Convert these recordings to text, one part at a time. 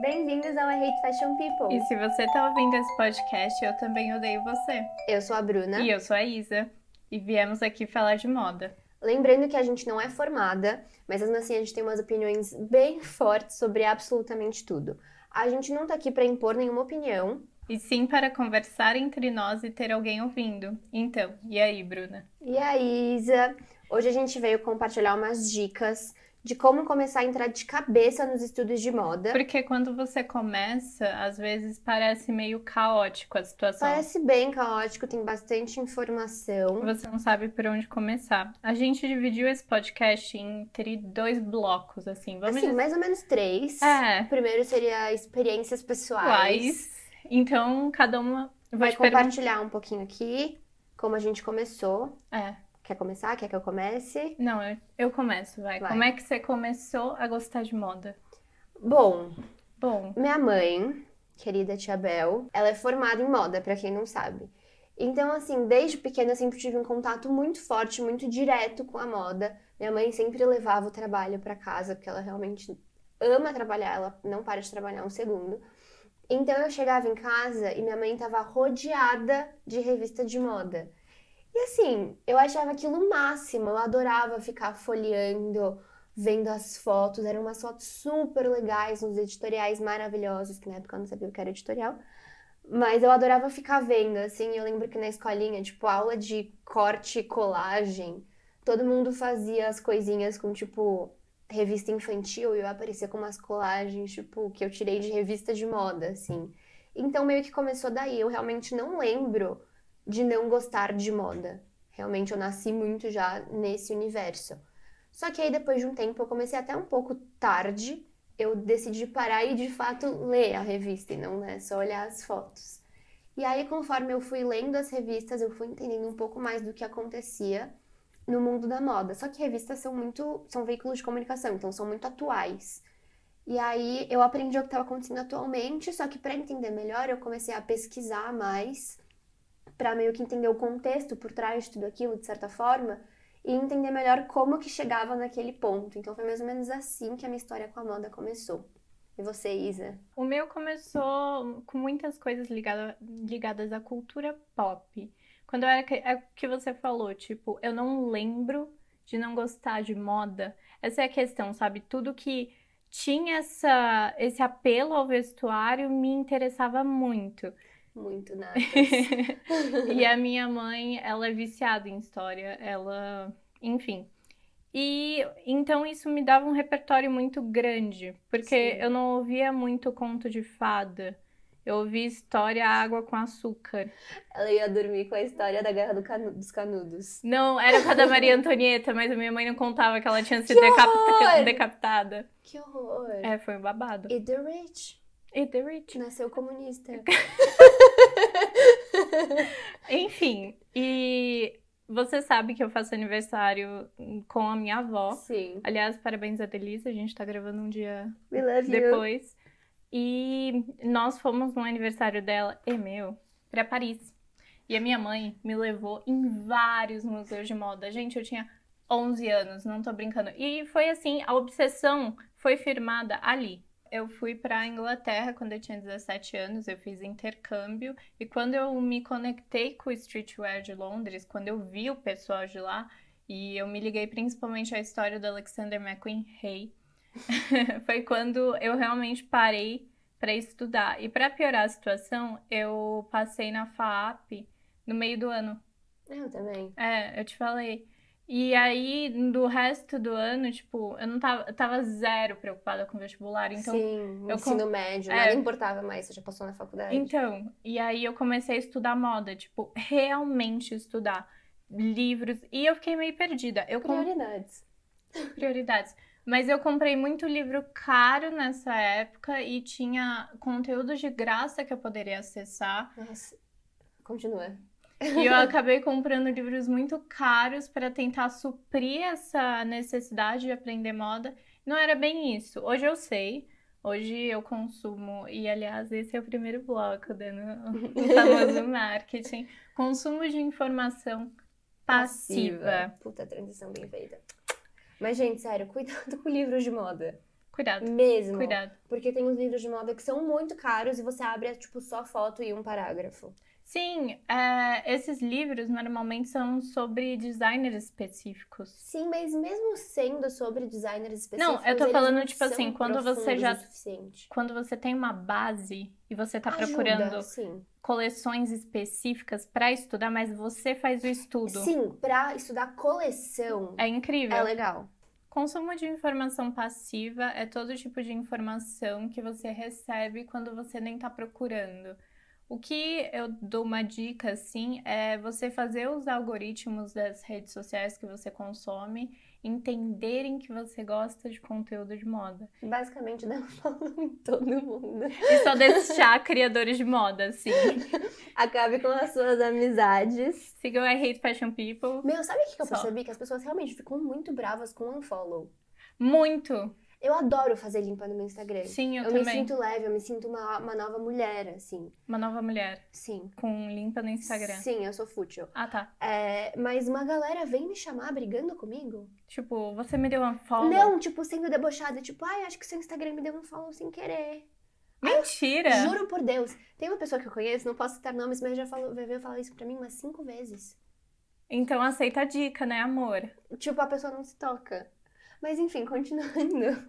Bem-vindos ao I Hate Fashion People. E se você tá ouvindo esse podcast, eu também odeio você. Eu sou a Bruna. E eu sou a Isa. E viemos aqui falar de moda. Lembrando que a gente não é formada, mas mesmo assim a gente tem umas opiniões bem fortes sobre absolutamente tudo. A gente não tá aqui pra impor nenhuma opinião. E sim para conversar entre nós e ter alguém ouvindo. Então, e aí, Bruna? E aí, Isa? Hoje a gente veio compartilhar umas dicas de como começar a entrar de cabeça nos estudos de moda. Porque quando você começa, às vezes parece meio caótico a situação. Parece bem caótico, tem bastante informação. Você não sabe por onde começar. A gente dividiu esse podcast entre dois blocos, assim. Vamos assim, dizer- mais ou menos três. É. O primeiro seria experiências pessoais. Quais? Então, cada uma vai Vai te perguntar. compartilhar um pouquinho aqui, como a gente começou. É. Quer começar? Quer que eu comece? Não, eu, eu começo, vai. Vai. Como é que você começou a gostar de moda? Bom, Bom, Então, Minha mãe, querida tia Bel, ela é formada em moda, pra quem não sabe. Então, assim, desde pequena eu sempre tive um contato muito forte, muito direto com a moda. Minha mãe sempre levava o trabalho pra casa, porque ela realmente ama trabalhar, ela não para de trabalhar um segundo. Então eu chegava em casa e minha mãe estava rodeada de revista de moda. E assim, eu achava aquilo o máximo, eu adorava ficar folheando, vendo as fotos, eram umas fotos super legais, uns editoriais maravilhosos, que na época eu não sabia o que era editorial. Mas eu adorava ficar vendo, assim, eu lembro que na escolinha, tipo, aula de corte e colagem, todo mundo fazia as coisinhas com, tipo, revista infantil e eu aparecia com umas colagens, tipo, que eu tirei de revista de moda, assim. Então meio que começou daí. Eu realmente não lembro de não gostar de moda. Realmente eu nasci muito já nesse universo. Só que aí depois de um tempo eu comecei até um pouco tarde, eu decidi parar e de fato ler a revista e não, né, só olhar as fotos. E aí conforme eu fui lendo as revistas, eu fui entendendo um pouco mais do que acontecia no mundo da moda. Só que revistas são muito, são veículos de comunicação, então são muito atuais. E aí eu aprendi o que estava acontecendo atualmente, só que para entender melhor eu comecei a pesquisar mais para meio que entender o contexto por trás de tudo aquilo, de certa forma, e entender melhor como que chegava naquele ponto. Então foi mais ou menos assim que a minha história com a moda começou. E você, Isa? o meu começou com muitas coisas ligada- ligadas à cultura pop. Quando eu era. cri- É o que você falou, tipo, eu não lembro de não gostar de moda. Essa é a questão, sabe? Tudo que tinha essa, esse apelo ao vestuário me interessava muito. Muito nada. E a minha mãe, ela é viciada em história, ela, enfim. E então isso me dava um repertório muito grande, porque Sim. eu não ouvia muito conto de fada. Eu ouvia história água com açúcar. Ela ia dormir com a história da Guerra do Canu- dos Canudos. Não, era com a da Maria Antonieta, mas a minha mãe não contava que ela tinha sido Que decapita- horror! decapitada. Que horror! É, foi um babado. E The Rich? E The Rich. Nasceu comunista. Enfim, e você sabe que eu faço aniversário com a minha avó. Sim. Aliás, parabéns à Delícia, a gente tá gravando um dia We love you. depois. E nós fomos no aniversário dela e meu pra Paris. E a minha mãe me levou em vários museus de moda. Gente, eu tinha 11 anos, não tô brincando. E foi assim, a obsessão foi firmada ali. Eu fui pra Inglaterra quando eu tinha 17 anos, eu fiz intercâmbio e quando eu me conectei com o streetwear de Londres, quando eu vi o pessoal de lá e eu me liguei principalmente à história do Alexander McQueen Rei, foi quando eu realmente parei para estudar. E para piorar a situação, eu passei na FAAP no meio do ano. Eu também. É, eu te falei. E aí, do resto do ano, tipo, eu não tava, eu tava zero preocupada com vestibular, então Sim, eu ensino médio, é. nada importava mais, você já passou na faculdade. Então, e aí eu comecei a estudar moda, tipo, realmente estudar livros, e eu fiquei meio perdida. Eu Então, com- Prioridades. prioridades. Mas eu comprei muito livro caro nessa época e tinha conteúdo de graça que eu poderia acessar. Nossa. Continua. E eu acabei comprando livros muito caros para tentar suprir essa necessidade de aprender moda. Não era bem isso. Hoje eu sei. Hoje eu consumo, e aliás, esse é o primeiro bloco, dando o famoso marketing. Consumo de informação passiva. é. Puta transição bem feita. Mas, gente, sério, cuidado com livros de moda. Cuidado. Mesmo. Cuidado. Porque tem uns livros de moda que são muito caros e você abre, tipo, só foto e um parágrafo. Sim, é, esses livros normalmente são sobre designers específicos. Sim, mas mesmo sendo sobre designers específicos. Não, eu tô eles falando, não tipo são assim, quando você profundos já o suficiente. Quando você tem uma base e você tá Ajuda, procurando Sim. coleções específicas pra estudar, mas você faz o estudo. Sim, pra estudar coleção É incrível. é legal. Consumo de informação passiva é todo tipo de informação que você recebe quando você nem tá procurando. O que eu dou uma dica assim é você fazer os algoritmos das redes sociais que você consome entenderem que você gosta de conteúdo de moda. Basicamente, dá um follow em todo mundo. E só deixar criadores de moda, assim. Acabe com as suas amizades. Sigam a Hate Fashion People. Meu, sabe o que que eu Só. percebi? Que as pessoas realmente ficam muito bravas com unfollow. Muito! Eu adoro fazer limpa no meu Instagram. Sim, eu, eu me também. sinto leve, eu me sinto uma, uma nova mulher, assim. Uma nova mulher Sim. com limpa no Instagram. Sim, eu sou fútil. Ah, tá. É, mas uma galera vem me chamar brigando comigo? Tipo, você me deu uma follow. Não, tipo, sendo debochada, tipo, ai, acho que seu Instagram me deu um follow sem querer. Mentira! Juro por Deus. Tem uma pessoa que eu conheço, não posso citar nomes, mas já falou, veio falar isso pra mim umas cinco vezes. Então aceita a dica, né, amor? Tipo, a pessoa não se toca. Mas enfim, continuando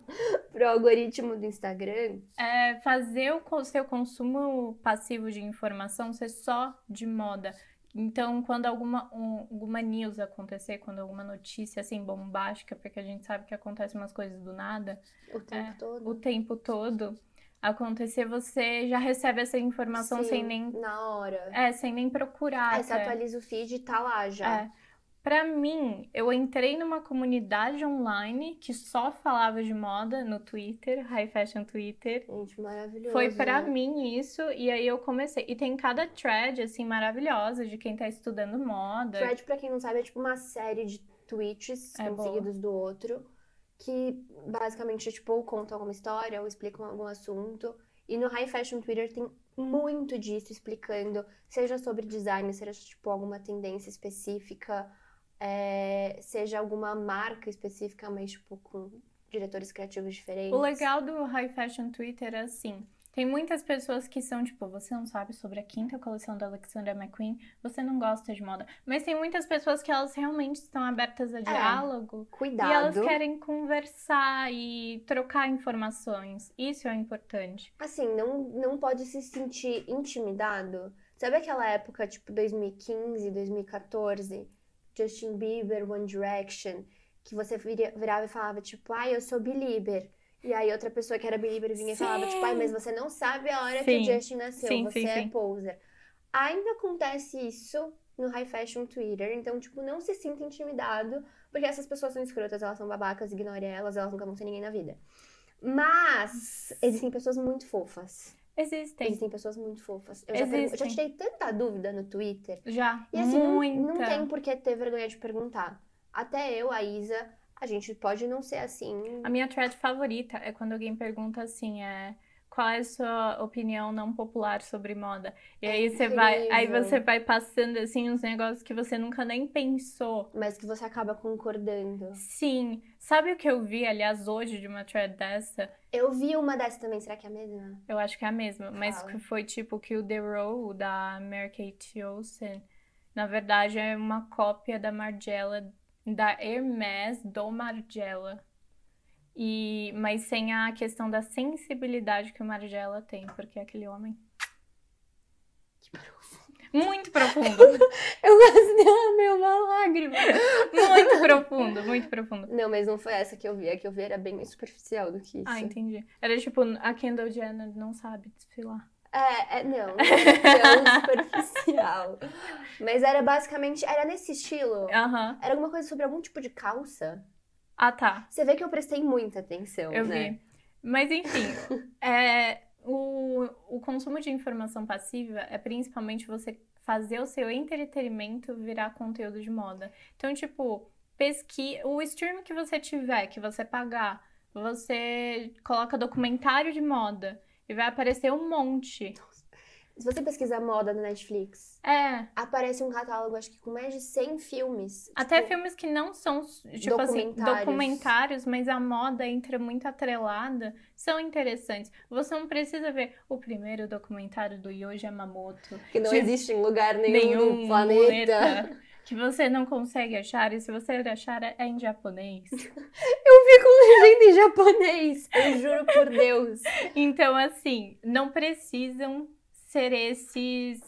pro algoritmo do Instagram, É fazer o co- seu consumo passivo de informação ser só de moda. Então, quando alguma, um- alguma news acontecer, quando alguma notícia assim bombástica, porque a gente sabe que acontece umas coisas do nada, o tempo É. todo. o tempo todo acontecer, você já recebe essa informação Sim, É, sem nem Na hora. é, sem nem procurar. Aí você até. atualiza o feed e tá lá já. É. Pra mim, eu entrei numa comunidade online que só falava de moda no Twitter, High Fashion Twitter. Gente, maravilhoso. Foi pra né? mim isso, e aí eu comecei. E tem cada thread, assim, maravilhosa de quem tá estudando moda. Thread, pra quem não sabe, é tipo uma série de tweets É um boa. seguidos do outro, que basicamente, tipo, ou contam alguma história ou explicam algum assunto. E no High Fashion Twitter tem muito disso explicando, seja sobre design, seja, tipo, alguma tendência específica, é, seja alguma marca específica, mas, tipo, com diretores criativos diferentes. O legal é do High Fashion Twitter é assim. Tem muitas pessoas que são tipo, você não sabe sobre a quinta coleção da Alexandra McQueen, você não gosta de moda. Mas tem muitas pessoas que elas realmente estão abertas a É, diálogo Cuidado. e elas querem conversar e trocar informações. Isso é importante. Assim, não, não pode se sentir intimidado. Sabe aquela época, tipo 2015, 2014, Justin Bieber, One Direction, que você viria- virava e falava, tipo, ai, eu sou Belieber. E aí outra pessoa que era Belieber vinha e falava, tipo, ai, mas você não sabe a hora que o Sim. Justin nasceu, Sim, você sim, é sim. poser. Ainda acontece isso no High Fashion Twitter, então, tipo, não se sinta intimidado, porque essas pessoas são escrotas, elas são babacas, ignore elas, elas nunca vão ser ninguém na vida. Mas existem pessoas muito fofas. Existem. Existem pessoas muito fofas. Eu já, pergun- eu já Existem. tirei tanta dúvida no Twitter. Já. E assim, não- muita. não tem por que ter vergonha de perguntar. Até eu, a Isa, a gente pode não ser assim. A minha thread favorita é quando alguém pergunta assim, é, qual é a sua opinião não popular sobre moda? E É aí você vai, aí incrível. você vai passando assim uns negócios que você nunca nem pensou. Mas que você acaba concordando. Sim, sabe o que eu vi, aliás, hoje de uma thread dessa? Eu vi uma dessas também, será que é a mesma? Eu acho que é a mesma, mas Fala. que foi tipo que o The Row da Mary Kate Olsen, na verdade é uma cópia da Margiela, da Hermès do Margiela. E, mas sem a questão da sensibilidade que o Margiela tem, porque é aquele homem. Muito profundo, Eu quase derramei uma lágrima. muito profundo, muito profundo. Não, mas não foi essa que eu vi. A que eu vi era bem mais superficial do que isso. Ah, entendi. Era tipo, a Kendall Jenner não sabe desfilar. É, é, não, não era tão superficial. Mas era basicamente, era nesse estilo. Aham. Era alguma coisa sobre algum tipo de calça. Ah, tá. Você vê que eu prestei muita atenção, Eu né? vi. Mas enfim, é, o, o consumo de informação passiva é principalmente você fazer o seu entretenimento virar conteúdo de moda. Então, tipo, pesqui o stream que você tiver, que você pagar, você coloca documentário de moda e vai aparecer um monte. Se você pesquisar moda no Netflix, É. aparece um catálogo, acho que com mais de 100 filmes. Até tipo, filmes que não são, tipo assim, Documentários. documentários, mas a moda entra muito atrelada, são interessantes. Você não precisa ver o primeiro documentário do Yoji Yamamoto. Que não tipo, existe em lugar nenhum, no planeta. planeta Que você não consegue achar, e se você achar, é em japonês. Eu vi com legenda em japonês. Eu juro por Deus. Então, assim, não precisam ser esses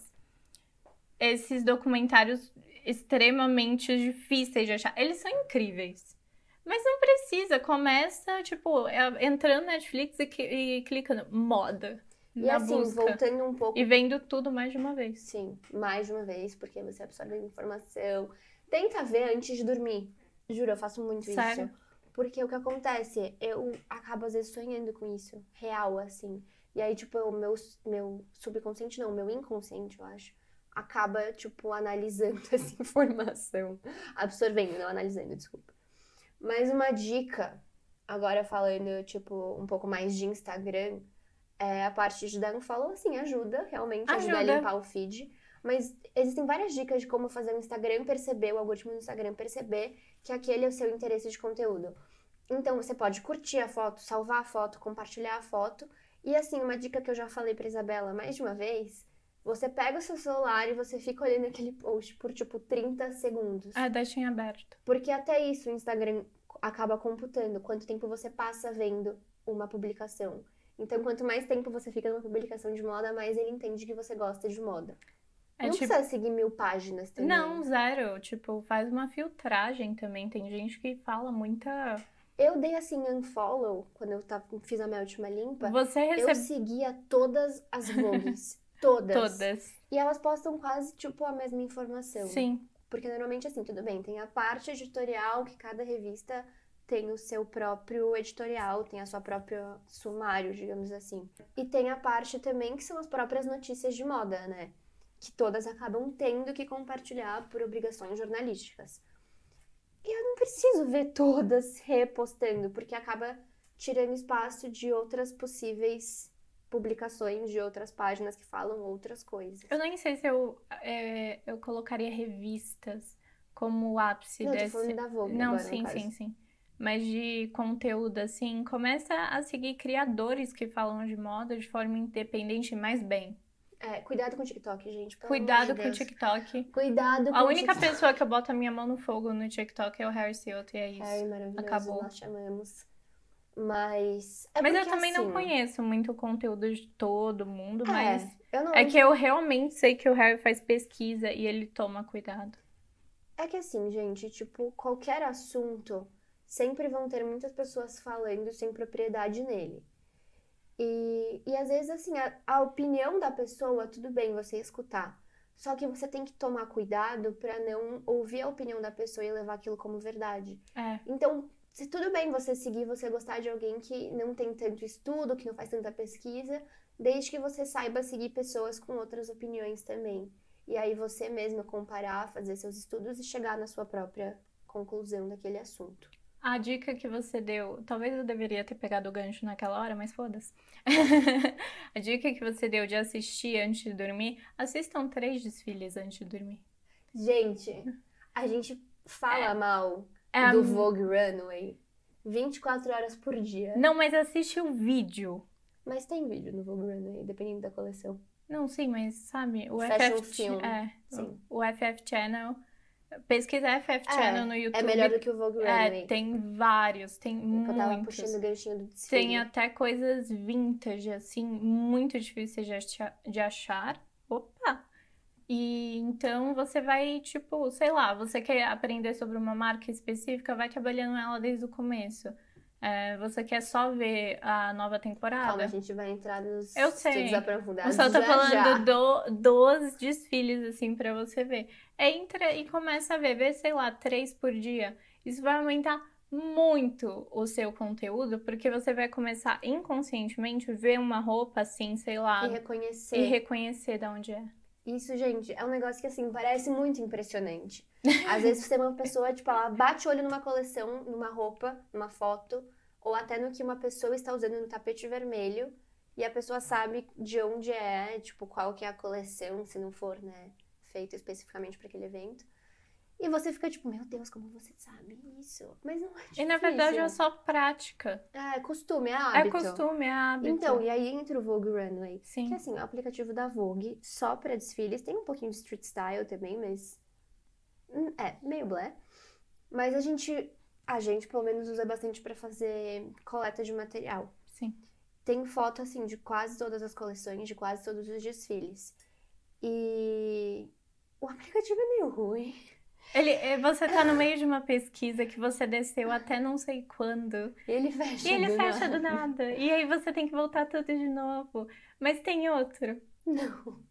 esses documentários extremamente difíceis de achar. Eles são incríveis. Mas não precisa, começa, tipo, é- entrando na Netflix e, cli- e clicando moda E na assim, busca. voltando um pouco. E vendo tudo mais de uma vez. Sim, mais de uma vez, porque você absorve a informação. Tenta ver antes de dormir. Juro, eu faço muito Sério? isso. Porque o que acontece? Eu acabo às vezes sonhando com isso. Real, assim. E aí, tipo, o meu, meu subconsciente, não, meu inconsciente, eu acho, acaba, tipo, analisando essa informação. Absorvendo, não analisando, desculpa. Mas uma dica, agora falando, tipo, um pouco mais de Instagram, é a parte de dar um follow, assim, ajuda, realmente, ajuda, Ajuda. a limpar o feed. Mas existem várias dicas de como fazer o Instagram perceber, o algoritmo do Instagram perceber que aquele é o seu interesse de conteúdo. Então, você pode curtir a foto, salvar a foto, compartilhar a foto. E, assim, uma dica que eu já falei pra Isabela mais de uma vez, você pega o seu celular e você fica olhando aquele post por, tipo, 30 segundos. Ah, deixa em aberto. Porque até isso o Instagram acaba computando quanto tempo você passa vendo uma publicação. Então, quanto mais tempo você fica numa publicação de moda, mais ele entende que você gosta de moda. É não tipo, precisa seguir mil páginas também. não, zero. Tipo, faz uma filtragem também. Tem gente que fala muita. Eu dei assim unfollow quando eu ta- fiz a minha última limpa. Você Eu recebe seguia todas as vlogs. todas. todas. E elas postam quase, tipo, a mesma informação. Sim. Porque normalmente, assim, tudo bem, tem a parte editorial que cada revista tem o seu próprio editorial, tem a sua própria sumário, digamos assim. E tem a parte também que são as próprias notícias de moda, né? Que todas acabam tendo que compartilhar por obrigações jornalísticas. E eu não preciso ver todas repostando, porque acaba tirando espaço de outras possíveis publicações, de outras páginas que falam outras coisas. Eu nem sei se eu, é, eu colocaria revistas como o ápice Não, tô desse. falando da Vogue Não, agora, no sim, caso. sim, sim. Mas de conteúdo, assim, começa a seguir criadores que falam de moda de forma independente e mais bem. É, cuidado com o TikTok, gente. pelo Cuidado amor de com o Deus. TikTok. Cuidado com A o única TikTok. pessoa que eu boto a minha mão no fogo no TikTok é o Harry Silto, e é isso. Ai, maravilhoso, Acabou. nós chamamos. Mas. É mas eu porque, também não assim, conheço muito o conteúdo de todo mundo, É, mas eu não. é que eu realmente sei que o Harry faz pesquisa e ele toma cuidado. É que assim, gente, tipo, qualquer assunto, sempre vão ter muitas pessoas falando sem propriedade nele. E, e às vezes, assim, a, a opinião da pessoa, tudo bem você escutar. Só que você tem que tomar cuidado pra não ouvir a opinião da pessoa e levar aquilo como verdade. É. Então, se tudo bem você seguir, você gostar de alguém que não tem tanto estudo, que não faz tanta pesquisa, desde que você saiba seguir pessoas com outras opiniões também. E aí você mesma comparar, fazer seus estudos e chegar na sua própria conclusão daquele assunto. A dica que você deu, talvez eu deveria ter pegado o gancho naquela hora, mas foda-se. A dica que você deu de assistir antes de dormir, assistam três desfiles antes de dormir. Gente, a gente fala mal É, do né? hum, Vogue Runway 24 horas por dia. Não, mas assiste o vídeo. Mas tem vídeo no Vogue Runway, dependendo da coleção. Não, sim, mas sabe, o Fashion FF film, é, sim. o FF Channel. Pesquisa FF É, Channel no É YouTube. melhor do que o Vogue Runway. É É, tem vários, tem que eu tava muitos. puxando o ganchinho do desfile. Tem até coisas vintage, assim, muito difíceis de achar. De achar. Opa! E então você vai, tipo, sei lá, você quer aprender sobre uma marca específica, vai trabalhando ela desde o começo. É, você quer só ver a Calma, nova a temporada? gente vai entrar nos Eu sei. estudos Eu aprofundados só tô Tá, já, já. tá falando do, dos desfiles, assim, pra você ver. Entra e começa a ver, vê, sei lá, três por dia. Isso vai aumentar muito o seu conteúdo, porque você vai começar inconscientemente ver uma roupa assim, sei lá, E reconhecer. e reconhecer de onde é. Isso, gente, é um negócio que, assim, parece muito impressionante. Às vezes você é uma pessoa, tipo, ela bate o olho numa coleção, numa roupa, numa foto, ou até no que uma pessoa está usando no tapete vermelho, E a pessoa sabe de onde é, tipo, qual que é a coleção, se não for, né, feito especificamente para aquele evento. E você fica tipo, meu Deus, como você sabe isso? Mas não é difícil. E na verdade é só prática. É costume, é hábito. É costume, é hábito. Então, e aí entra o Vogue Runway. Sim. Que assim, é o aplicativo da Vogue, só pra desfiles. Tem um pouquinho de street style também, mas. hum, É, meio blé. Mas a gente. A gente, pelo menos, usa bastante pra fazer coleta de material. Sim. Tem foto, assim, de quase todas as coleções, de quase todos os desfiles. E. O aplicativo é meio ruim. Ele, é, você tá no meio de uma pesquisa que você desceu até não sei quando. E ele fecha. E ele do fecha nada. do nada. E aí você tem que voltar tudo de novo. Mas tem outro.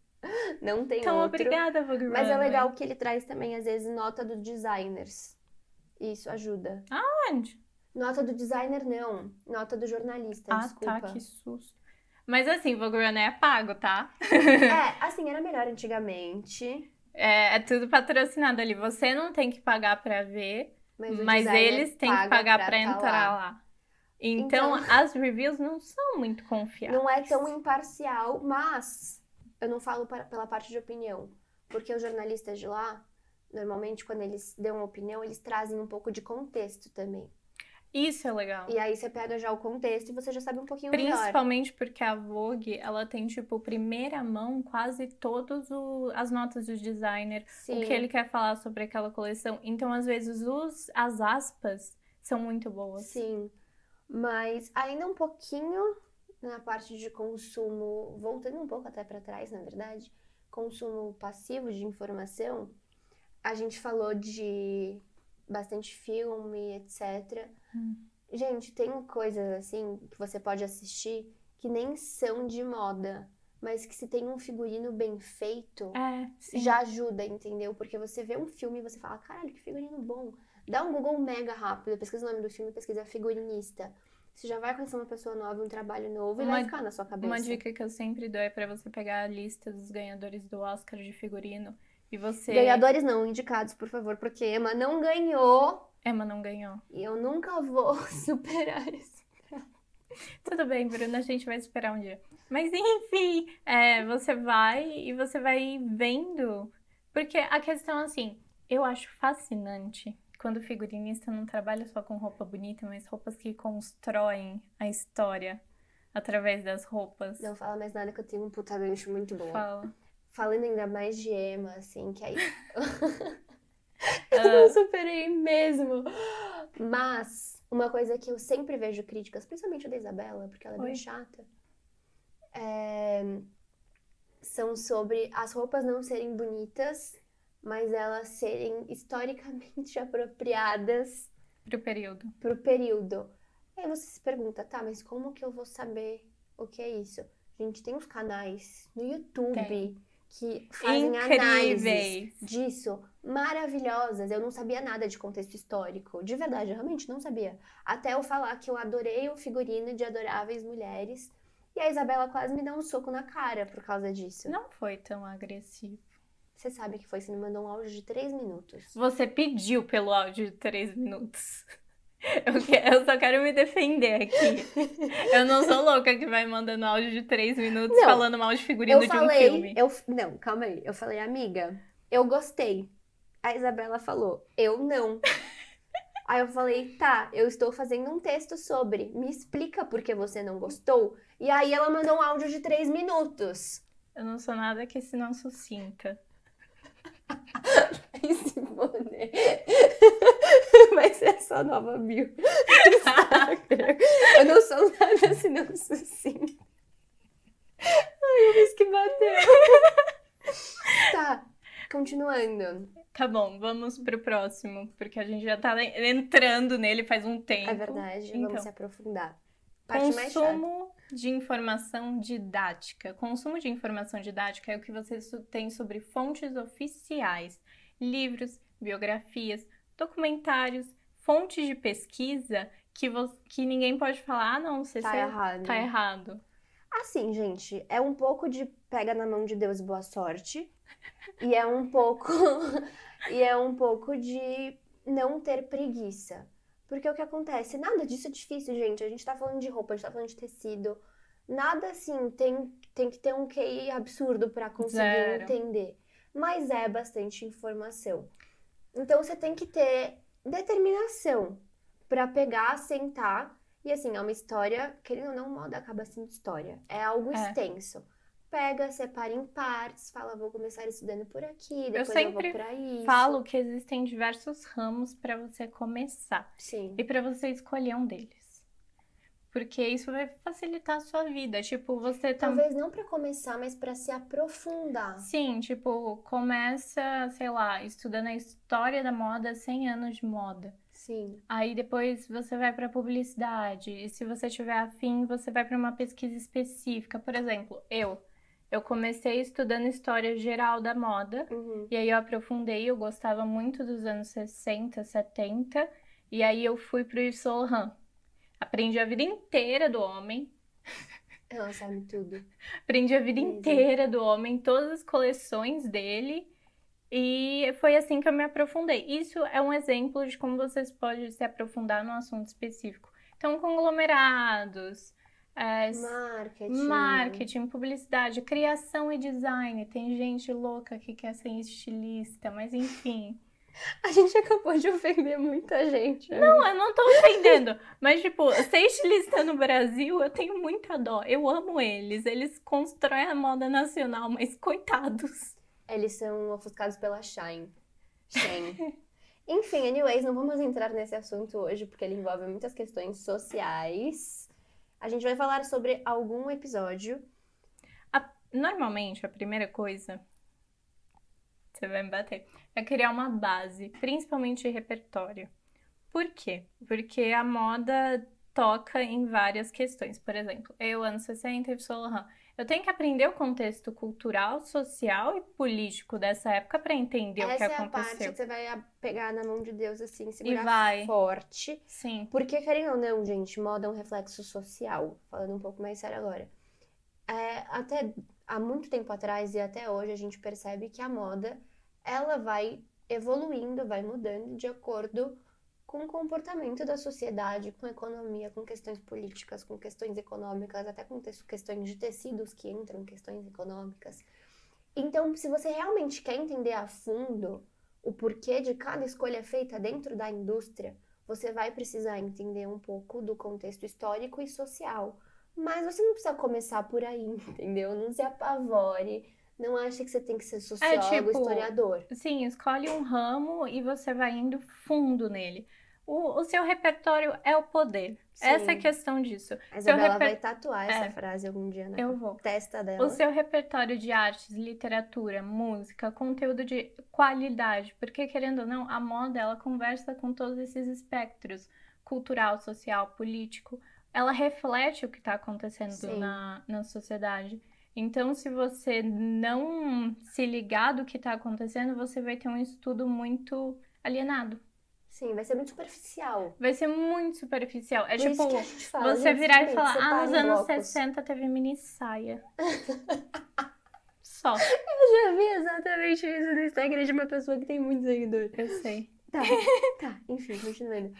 Não tem então, outro. obrigada, Vogue Mas é Runway. legal que ele traz também, às vezes, nota dos designers. Isso ajuda. Onde? Nota do designer, não. Nota do jornalista, Ah, Então, desculpa. tá, que susto. Mas assim, Vogue Runway é pago, tá? É, assim, era melhor antigamente. É, é tudo patrocinado ali. Você não tem que pagar pra ver, Mas, mas, o designer eles têm que paga pagar pra pra, tá entrar lá. lá. Então, as reviews não são muito confiáveis. Não é tão imparcial, mas eu não falo para- pela parte de opinião. Porque os jornalistas de lá, normalmente, quando eles dão uma opinião, eles trazem um pouco de contexto também. Isso é legal. E aí você pega já o contexto e você já sabe um pouquinho melhor. Principalmente porque a Vogue, ela tem, tipo, primeira mão quase todas o- as notas do designer, Sim. o que ele quer falar sobre aquela coleção. Então, às vezes, os, as aspas são muito boas. Sim, mas ainda um pouquinho na parte de consumo, voltando um pouco até para trás, na verdade, consumo passivo de informação, a gente falou de bastante filme, etc. Hum. Gente, tem coisas assim que você pode assistir que nem são de moda, mas que se tem um figurino bem feito, É, sim. já ajuda, entendeu? Porque você vê um filme e você fala, caralho, que figurino bom. Dá um Google mega rápido, pesquisa o nome do filme, pesquisa figurinista. Você já vai conhecer uma pessoa nova, um trabalho novo e Uma- vai ficar na sua cabeça. Uma dica que eu sempre dou é pra você pegar a lista dos ganhadores do Oscar de figurino e você... Ganhadores não, indicados, por favor, porque Emma não ganhou Emma não ganhou. e eu nunca vou superar isso. Tudo bem, Bruna, a gente vai esperar um dia. Mas enfim, é, você vai e você vai vendo. Porque a questão, assim, eu acho fascinante quando o figurinista não trabalha só com roupa bonita, mas roupas que constroem a história através das roupas. Não fala mais nada que eu tenho um puta gancho muito bom. Fala. Falando ainda mais de Emma, assim, que aí. eu Ah. não superei mesmo. Mas, uma coisa que eu sempre vejo críticas, principalmente da Isabela, porque ela é bem Oi. chata, é, são sobre as roupas não serem bonitas, mas elas serem historicamente apropriadas Pro período. pro período. Aí você se pergunta, tá, mas como que eu vou saber o que é isso? Gente, tem uns canais no YouTube Tem. que fazem análises Incríveis. disso, maravilhosas. Eu não sabia nada de contexto histórico, de verdade, eu realmente não sabia. Até eu falar que eu adorei o figurino de Adoráveis Mulheres, e a Isabela quase me dá um soco na cara por causa disso. Não foi tão agressivo. Você sabe que foi, você me mandou um áudio de três minutos. Você pediu pelo áudio de três minutos. Eu, que- eu só quero me defender aqui. Eu não sou louca que vai mandando áudio de três minutos Não. falando mal de figurino eu de falei, um filme. eu não, calma aí. Eu falei, amiga, eu gostei. A Isabela falou, eu não. aí eu falei, tá, eu estou fazendo um texto sobre. Me explica por que você não gostou. E aí ela mandou um áudio de três minutos. Eu não sou nada que se não sucinta. Ai, Simone. Vai ser é só nova bio. eu não sou nada se não sucinta. Ai, eu vi que bateu. tá, continuando. Tá bom, vamos pro próximo, porque a gente já tá entrando nele faz um tempo. É verdade, Então. vamos se aprofundar. Parte mais chata. Consumo de informação didática. Consumo de informação didática é o que você su- tem sobre fontes oficiais, livros, biografias, documentários, fontes de pesquisa que, vo- que ninguém pode falar, ah, não, você Tá errado. tá errado. Assim, gente, é um pouco de pega na mão de Deus boa sorte. E é um pouco e é um pouco de não ter preguiça. Porque o que acontece? Nada disso é difícil, gente. A gente tá falando de roupa, a gente tá falando de tecido. Nada assim tem, tem que ter um QI absurdo para conseguir Zero. entender. Mas é bastante informação. Então você tem que ter determinação para pegar, sentar. E assim, é uma história, querendo ou não, moda acaba sendo história. É algo É. extenso. Pega, separa em partes, fala, vou começar estudando por aqui, depois eu, sempre vou pra isso. Falo que existem diversos ramos para você começar Sim. e para você escolher um deles. Porque isso vai facilitar a sua vida. Tipo, você também. Talvez não para começar, mas para se aprofundar. Sim, tipo, começa, sei lá, estudando a história da moda, 100 anos de moda. Sim. Aí depois você vai para publicidade, e se você tiver afim, você vai para uma pesquisa específica. Por exemplo, eu, eu comecei estudando história geral da moda, Uhum. e aí eu aprofundei, eu gostava muito dos anos 60, 70, e aí eu fui pro Yves Saint Laurent. Aprendi a vida inteira do homem, Ela sabe tudo. aprendi a vida Entendi. inteira do homem, todas as coleções dele, e foi assim que eu me aprofundei. Isso é um exemplo de como vocês podem se aprofundar num assunto específico. Então, conglomerados, é, s- Marketing. marketing, publicidade, criação e design. Tem gente louca que quer ser estilista, mas enfim. A gente acabou de ofender muita gente. né? Não, eu não tô ofendendo, mas tipo, ser estilista no Brasil, eu tenho muita dó. Eu amo eles, eles constroem a moda nacional, mas coitados. Eles são ofuscados pela Shine. Shine. Enfim, anyways, não vamos entrar nesse assunto hoje, porque ele envolve muitas questões sociais. A gente vai falar sobre algum episódio. Normalmente, a primeira coisa. Você vai me bater. É criar uma base, principalmente de repertório. Por quê? Porque a moda toca em várias questões. Por exemplo, eu, anos 60, Yves Saint Laurent. Eu tenho que aprender o contexto cultural, social e político dessa época para entender o que Essa é a parte aconteceu. que você vai a- pegar na mão de Deus, assim, segurar vai. forte. Sim, Porque, querendo ou não, gente, moda é um reflexo social. Falando um pouco mais sério agora. É, até há muito tempo atrás e até hoje a gente percebe que a moda, ela vai evoluindo, vai mudando de acordo com o comportamento da sociedade, com a economia, com questões políticas, com questões econômicas, até com tes- questões de tecidos que entram em questões econômicas. Então, se você realmente quer entender a fundo o porquê de cada escolha feita dentro da indústria, você vai precisar entender um pouco do contexto histórico e social. Mas você não precisa começar por aí, entendeu? Não se apavore. Não acha que você tem que ser sociólogo, tipo, historiador. sim, escolhe um ramo e você vai indo fundo nele. O, o seu repertório é o poder. Essa é a Sim. questão disso. A Isabela reper- vai tatuar essa É. frase algum dia na Eu vou. testa dela. O seu repertório de artes, literatura, música, conteúdo de qualidade, porque querendo ou não, a moda ela conversa com todos esses espectros cultural, social, político. Ela reflete o que está acontecendo Sim. na, na sociedade. Então, se você não se ligar do que está acontecendo, você vai ter um estudo muito alienado. Sim, vai ser muito superficial. Vai ser muito superficial. É Por isso tipo que a gente fala, você gente, virar e gente, falar: separa ah, nos em anos blocos." 60 teve mini saia. Só. Eu já vi exatamente isso no Instagram de uma pessoa que tem muitos seguidores. Eu sei. Tá, tá, enfim, continuando.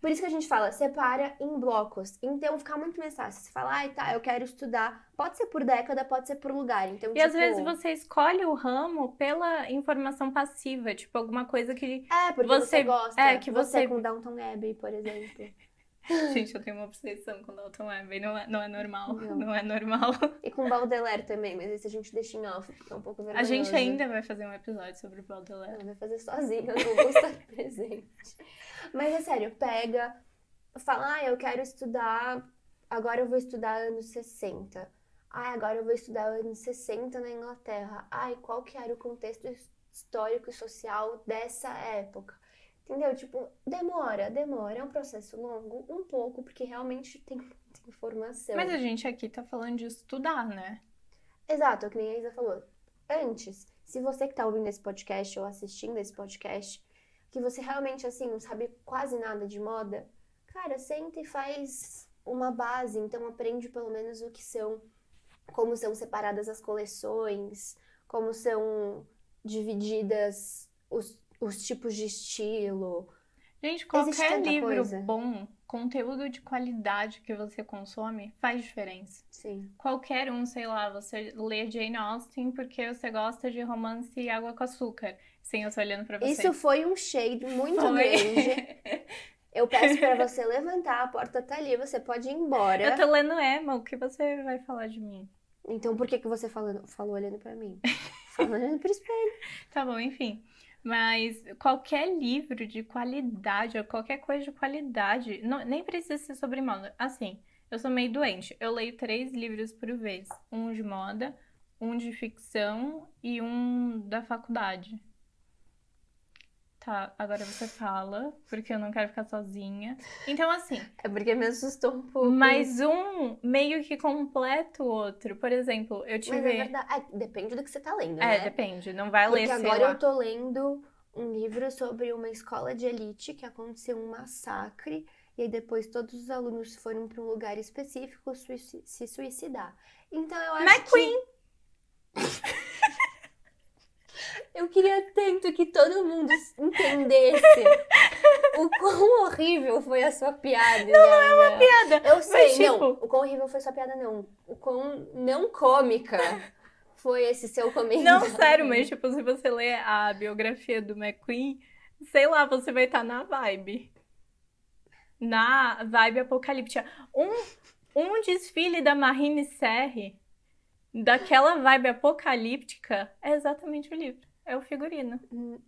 Por isso que a gente fala, separa em blocos. Então fica muito mais fácil. Você fala, ai, tá, eu quero estudar. Pode ser por década, pode ser por lugar. Então, E tipo, às vezes você escolhe o ramo pela informação passiva, tipo alguma coisa que. É, porque você- você, gosta. é, que você- é com Downton Abbey, por exemplo. Gente, eu tenho uma obsessão com Dalton Web, não é, não é normal. Não. Não. é normal. E com Baudelaire também, mas esse a gente deixa em off, porque é um pouco A vergonhoso. gente ainda vai fazer um episódio sobre o Baudelaire. Ela vai fazer sozinha, eu não vou estar presente. Mas é sério, pega, fala, ah, eu quero estudar, agora eu vou estudar anos 60. Ah, agora eu vou estudar anos 60 na Inglaterra. Ai, qual que era o contexto his- histórico e social dessa época? Entendeu? Tipo, demora, demora, é um processo longo, um pouco, porque realmente tem muita informação. Mas a gente aqui tá falando de estudar, né? Exato, é o que nem a Isa falou. Antes, se você que tá ouvindo esse podcast ou assistindo esse podcast, que você realmente, assim, não sabe quase nada de moda, cara, senta e faz uma base, então aprende pelo menos o que são, como são separadas as coleções, como são divididas os, os tipos de estilo. Gente, qualquer tanta livro coisa. bom, conteúdo de qualidade que você consome faz diferença. Sim. Qualquer um, sei lá, você lê Jane Austen porque você gosta de romance e água com açúcar. Sim, eu tô olhando pra você. Isso foi um shade muito Foi. grande. Eu peço pra você levantar, a porta tá ali, você pode ir embora. Eu tô lendo Emma, o que você vai falar de mim? Então por que que você falando, falou olhando pra mim? Falando olhando pro espelho. Tá bom, enfim. Mas qualquer livro de qualidade, ou qualquer coisa de qualidade, não- nem precisa ser sobre moda. Assim, eu sou meio doente. Eu leio três livros por vez: um de moda, um de ficção e um da faculdade. Tá, agora você fala, porque eu não quero ficar sozinha. Então, assim, É porque me assustou um pouco. mas um meio que completa o outro. Por exemplo, Mas eu é tive. verdade. É, depende do que você tá lendo, É, né? depende. Não vai Porque ler, sei agora lá. eu tô lendo um livro sobre uma escola de elite que aconteceu um massacre e aí depois todos os alunos foram pra um lugar específico suici- se suicidar. Então eu acho McQueen! que eu queria tanto que todo mundo entendesse o quão horrível foi a sua piada. Não, não é uma piada. Eu sei, não. tipo- O quão horrível foi sua piada não. O quão não cômica foi esse seu Não, comentário. sério, mas tipo, se você ler a biografia do McQueen, sei lá, você vai estar na vibe. Na vibe apocalíptica. Um, um desfile da Marine Serre, daquela vibe apocalíptica, é exatamente o livro. É o figurino. Hum,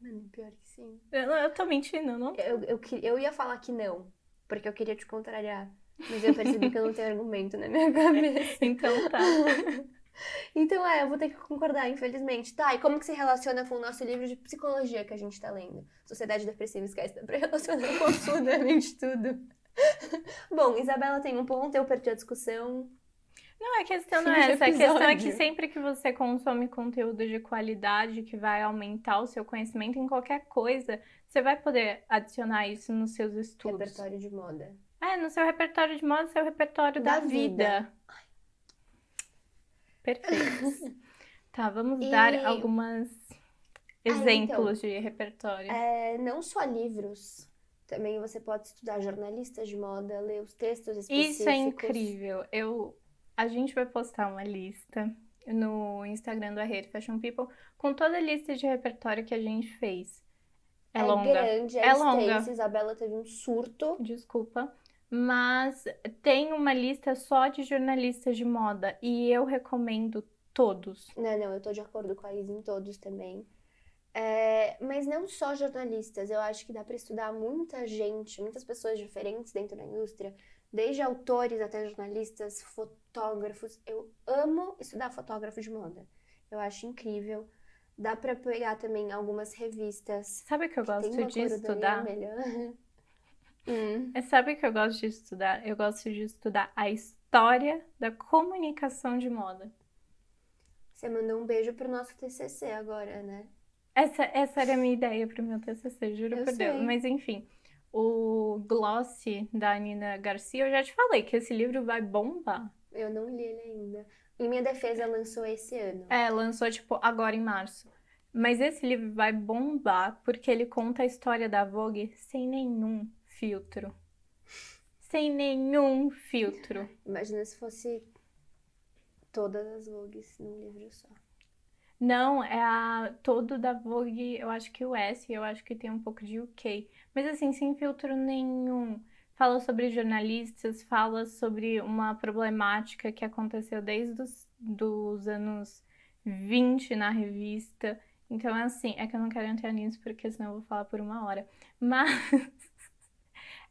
Mano, pior que sim. Eu, eu tô mentindo, não? Eu, eu, que- eu ia falar que não, porque eu queria te contrariar. Mas eu percebi que eu não tenho argumento na minha cabeça. Então tá. Então é, eu vou ter que concordar, infelizmente. Tá, e como que se relaciona com o nosso livro de psicologia que a gente tá lendo? Sociedade Depressiva Esquece, dá pra relacionar com absolutamente tudo. Bom, Isabela tem um ponto, eu perdi a discussão. Não, a questão não Fim de é essa. A questão é que episódio. sempre que você consome conteúdo de qualidade que vai aumentar o seu conhecimento em qualquer coisa, você vai poder adicionar isso nos seus estudos. Repertório de moda. É, no seu repertório de moda, seu repertório Da da, vida. vida. Perfeito. tá, vamos E- dar algumas então. exemplos de repertório. É, não só livros. Também você pode estudar jornalistas de moda, ler os textos específicos. Isso é incrível. Eu, a gente vai postar uma lista no Instagram do Arreio Fashion People com toda a lista de repertório que a gente fez. É, longa. grande, é, É longa. extensa. Isabela teve um surto. Desculpa. Mas tem uma lista só de jornalistas de moda e eu recomendo todos. Não, Né, não, eu tô de acordo com a Isa em todos também. É, mas não só jornalistas, eu acho que dá pra estudar muita gente, muitas pessoas diferentes dentro da indústria, desde autores até jornalistas, fotógrafos. Eu amo estudar fotógrafo de moda. Eu acho incrível. Dá pra pegar também algumas revistas. Sabe o que eu Tem gosto uma de curadoria estudar? melhor. Hum. É, Sabe o que eu gosto de estudar? Eu gosto de estudar a história da comunicação de moda. Você mandou um beijo pro nosso TCC agora, né? Essa, essa era a minha ideia para o meu TCC, juro Eu por Deus. sei. Mas enfim, o Gloss da Nina Garcia, eu já te falei que esse livro vai bombar. Eu não li ele ainda. Em minha defesa, lançou esse ano. É, lançou tipo agora em março. Mas esse livro vai bombar porque ele conta a história da Vogue sem nenhum filtro. Sem nenhum filtro. Imagina se fosse todas as Vogues num livro só. Não, é a todo da Vogue, eu acho que o S, eu acho que tem um pouco de UK. Mas assim, sem filtro nenhum. Fala sobre jornalistas, fala sobre uma problemática que aconteceu desde os dos anos 20 na revista. Então, é assim, é que eu não quero entrar nisso porque senão eu vou falar por uma hora. Mas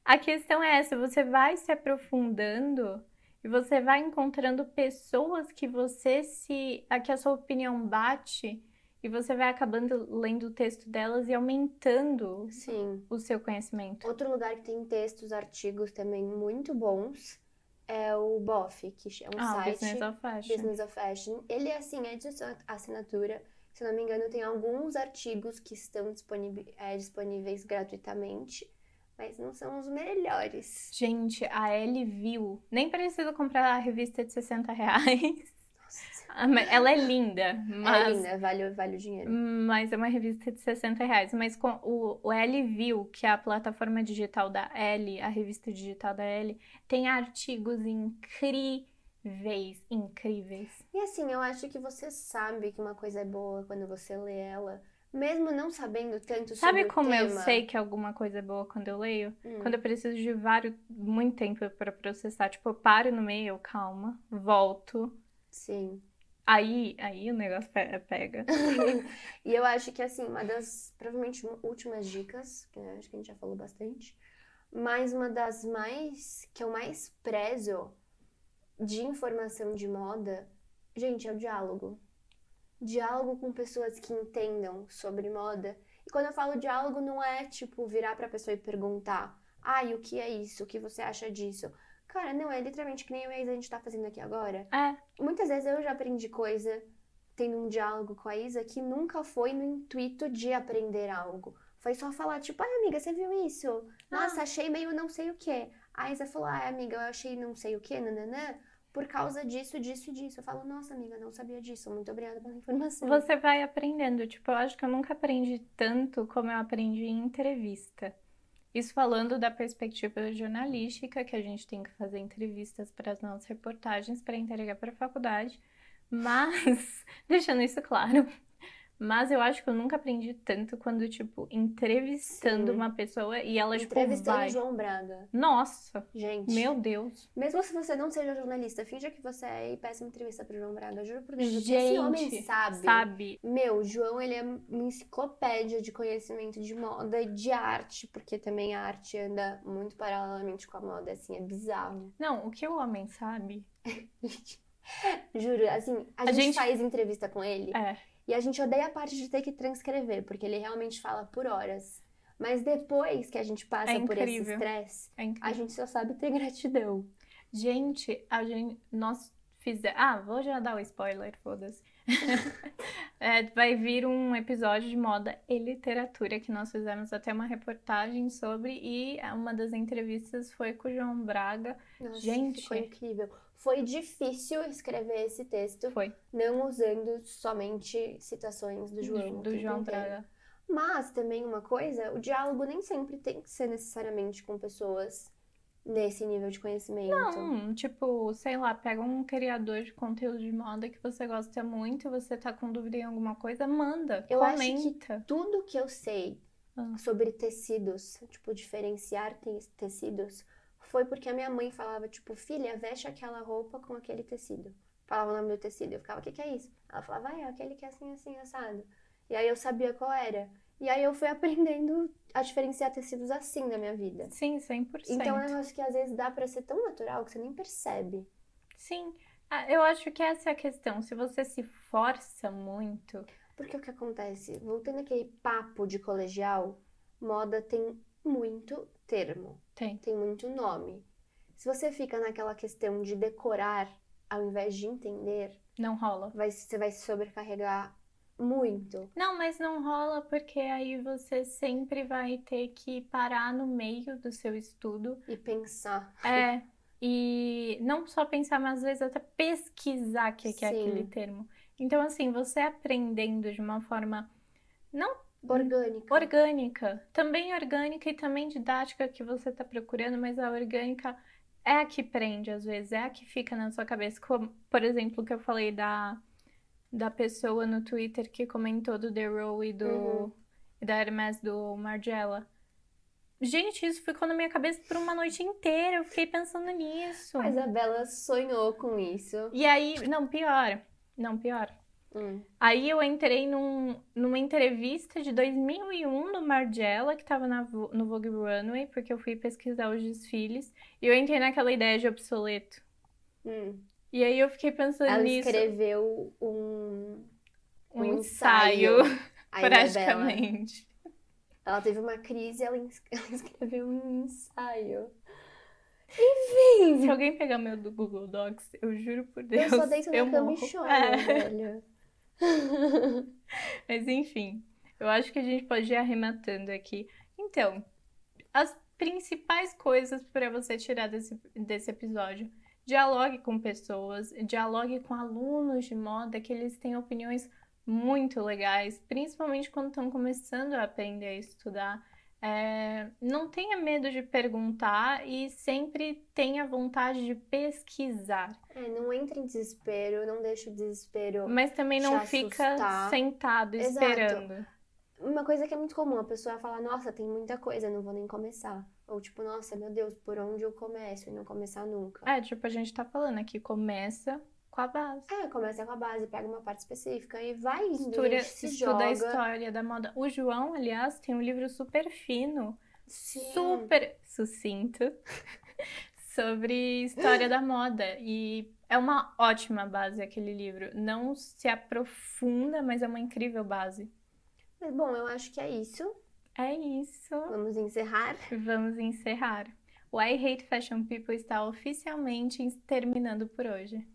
a questão é essa, você vai se aprofundando. E você vai encontrando pessoas que você se. a que a sua opinião bate, e você vai acabando lendo o texto delas e aumentando Sim. o seu conhecimento. Outro lugar que tem textos, artigos também muito bons é o BOF, que é um ah, o site Business of Fashion. Business of Fashion. Ele, assim, é de assin- assinatura. Se não me engano, tem alguns artigos que estão disponib- é, disponíveis gratuitamente, mas não são os melhores. Gente, a Elle viu. Nem precisa comprar a revista de 60 reais. Ah, mas Ela é linda, mas É linda, vale, vale o dinheiro. Mas é uma revista de 60 reais. Mas com o, o L View, que é a plataforma digital da L, a revista digital da L, tem artigos incríveis, incríveis. E assim, eu acho que você sabe que uma coisa é boa quando você lê ela, mesmo não sabendo tanto sobre Sabe o como eu tema. sei que alguma coisa é boa quando eu leio? Hum. Quando eu preciso de vários, muito tempo pra processar. Tipo, eu paro no meio, eu calma, volto. Sim. Aí, aí o negócio pe- pega. E eu acho que assim, uma das provavelmente uma- últimas dicas, que eu acho que a gente já falou bastante, mas uma das mais que eu mais prezo de informação de moda, gente, é o diálogo. Diálogo com pessoas que entendam sobre moda. E quando eu falo diálogo, não é tipo virar pra pessoa e perguntar: "Ai, o que é isso? O que você acha disso?". Cara, não, é literalmente que nem eu e a Isa, a gente tá fazendo aqui agora. É, Muitas vezes eu já aprendi coisa tendo um diálogo com a Isa que nunca foi no intuito de aprender algo. Foi só falar, tipo, ai amiga, você viu isso? Ah. Nossa, achei meio não sei o quê. A Isa falou, ai amiga, eu achei não sei o quê, nananã, por causa disso, disso e disso. Eu falo, nossa amiga, não sabia disso, muito obrigada pela informação. Você vai aprendendo. Tipo, eu acho que eu nunca aprendi tanto como eu aprendi em entrevista. Isso falando da perspectiva jornalística, que a gente tem que fazer entrevistas para as nossas reportagens para entregar para a faculdade. Mas, deixando isso claro, mas eu acho que eu nunca aprendi tanto quando, tipo, entrevistando Sim. uma pessoa e ela, tipo, Entrevistando vai. João Braga. Nossa, Gente, meu Deus. mesmo se você não seja jornalista, finja que você é e peça uma entrevista pro João Braga. Juro por Deus, o que esse Gente, homem Sabe? Meu, o João, ele é uma enciclopédia de conhecimento de moda e de arte, porque também a arte anda muito paralelamente com a moda, assim, é bizarro. Não, o que o homem sabe? Juro, assim, a, A gente, gente- faz entrevista com ele É. e a gente odeia a parte de ter que transcrever, porque ele realmente fala por horas. Mas depois que a gente passa É por esse incrível. estresse, É incrível. a gente só sabe ter gratidão. Gente, a gente, nós fizemos. Ah, vou já dar o spoiler, foda-se. É, vai vir um episódio de moda e literatura que nós fizemos até uma reportagem sobre, e uma das entrevistas foi com o João Braga. Nossa, Gente. ficou incrível. Foi difícil escrever esse texto, Foi não usando somente citações do João. o do tempo João inteiro. Braga. Mas também uma coisa, o diálogo nem sempre tem que ser necessariamente com pessoas nesse nível de conhecimento. Não, tipo, sei lá, pega um criador de conteúdo de moda que você gosta muito, você tá com dúvida em alguma coisa, manda, Eu acho que- comenta. Tudo que eu sei Ah. sobre tecidos, tipo, diferenciar te- tecidos, foi porque a minha mãe falava, tipo, filha, veste aquela roupa com aquele tecido. Falava o nome do tecido, eu ficava, o que que é isso? Ela falava, ah, é aquele que é assim, assim, assado. E aí eu sabia qual era. E aí eu fui aprendendo a diferenciar tecidos assim na minha vida. Sim, 100%. Então é um negócio que às vezes dá pra ser tão natural que você nem percebe. Sim, ah, eu acho que essa é a questão. Se você se força muito, Porque o que acontece? Voltando àquele papo de colegial, moda tem muito termo, tem. tem muito nome. Se você fica naquela questão de decorar ao invés de entender, Não rola. vai- você vai se sobrecarregar muito. Não, mas não rola porque aí você sempre vai ter que parar no meio do seu estudo. E pensar. É, e não só pensar, mas às vezes até pesquisar o que que é Sim. aquele termo. Então, assim, você aprendendo de uma forma Orgânica. orgânica, também orgânica e também didática que você está procurando, mas a orgânica é a que prende, às vezes, é a que fica na sua cabeça. Como, por exemplo, o que eu falei da, da pessoa no Twitter que comentou do The Row e do Uhum. e da Hermes do Margiela. Gente, isso ficou na minha cabeça por uma noite inteira. Eu fiquei pensando nisso. A Isabela sonhou com isso. E aí, não, pior. Não, pior. Hum. Aí eu entrei num- numa entrevista de 2001 no Margiela, que tava na Vo- no Vogue Runway, porque eu fui pesquisar os desfiles, e eu entrei naquela ideia de obsoleto. Hum. E aí eu fiquei pensando Ela nisso, escreveu um, um ensaio, A Isabela. praticamente. Ela teve uma crise e ela ens- ela escreveu um ensaio. Se alguém pegar meu do Google Docs, eu juro por Eu Deus, só deito na eu cama e morro. choro, É. velho. Mas enfim, eu acho que a gente pode ir arrematando aqui. Então, as principais coisas para você tirar desse, desse episódio. Dialogue com pessoas, dialogue com alunos de moda, que eles têm opiniões muito legais, principalmente quando estão começando a aprender a estudar. É, não tenha medo de perguntar e sempre tenha vontade de pesquisar. É, não entre em desespero, não deixe o desespero. Mas também não Se fica assustar. sentado Exato. esperando. Uma coisa que é muito comum, a pessoa fala, nossa, tem muita coisa, não vou nem começar. Ou tipo, nossa, meu Deus, por onde eu começo? E não começar nunca. É, tipo, a gente tá falando aqui, começa com a base. É, começa com a base, pega uma parte específica e vai indo, e Estuda, a gente se estuda a joga. história da moda. O João, aliás, tem um livro super fino, Sim. super sucinto, sobre história da moda. E é uma ótima base aquele livro. Não se aprofunda, mas é uma incrível base. Mas, bom, eu acho que é isso. É isso. Vamos encerrar. Vamos encerrar. O I Hate Fashion People está oficialmente terminando por hoje.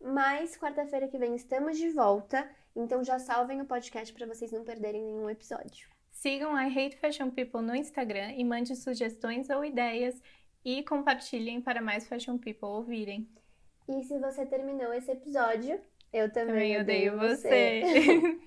Mas quarta-feira que vem estamos de volta, então já salvem o podcast para vocês não perderem nenhum episódio. Sigam I Hate Fashion People no Instagram e mande sugestões ou ideias e compartilhem para mais Fashion People ouvirem. E se você terminou esse episódio, eu também, Também odeio você.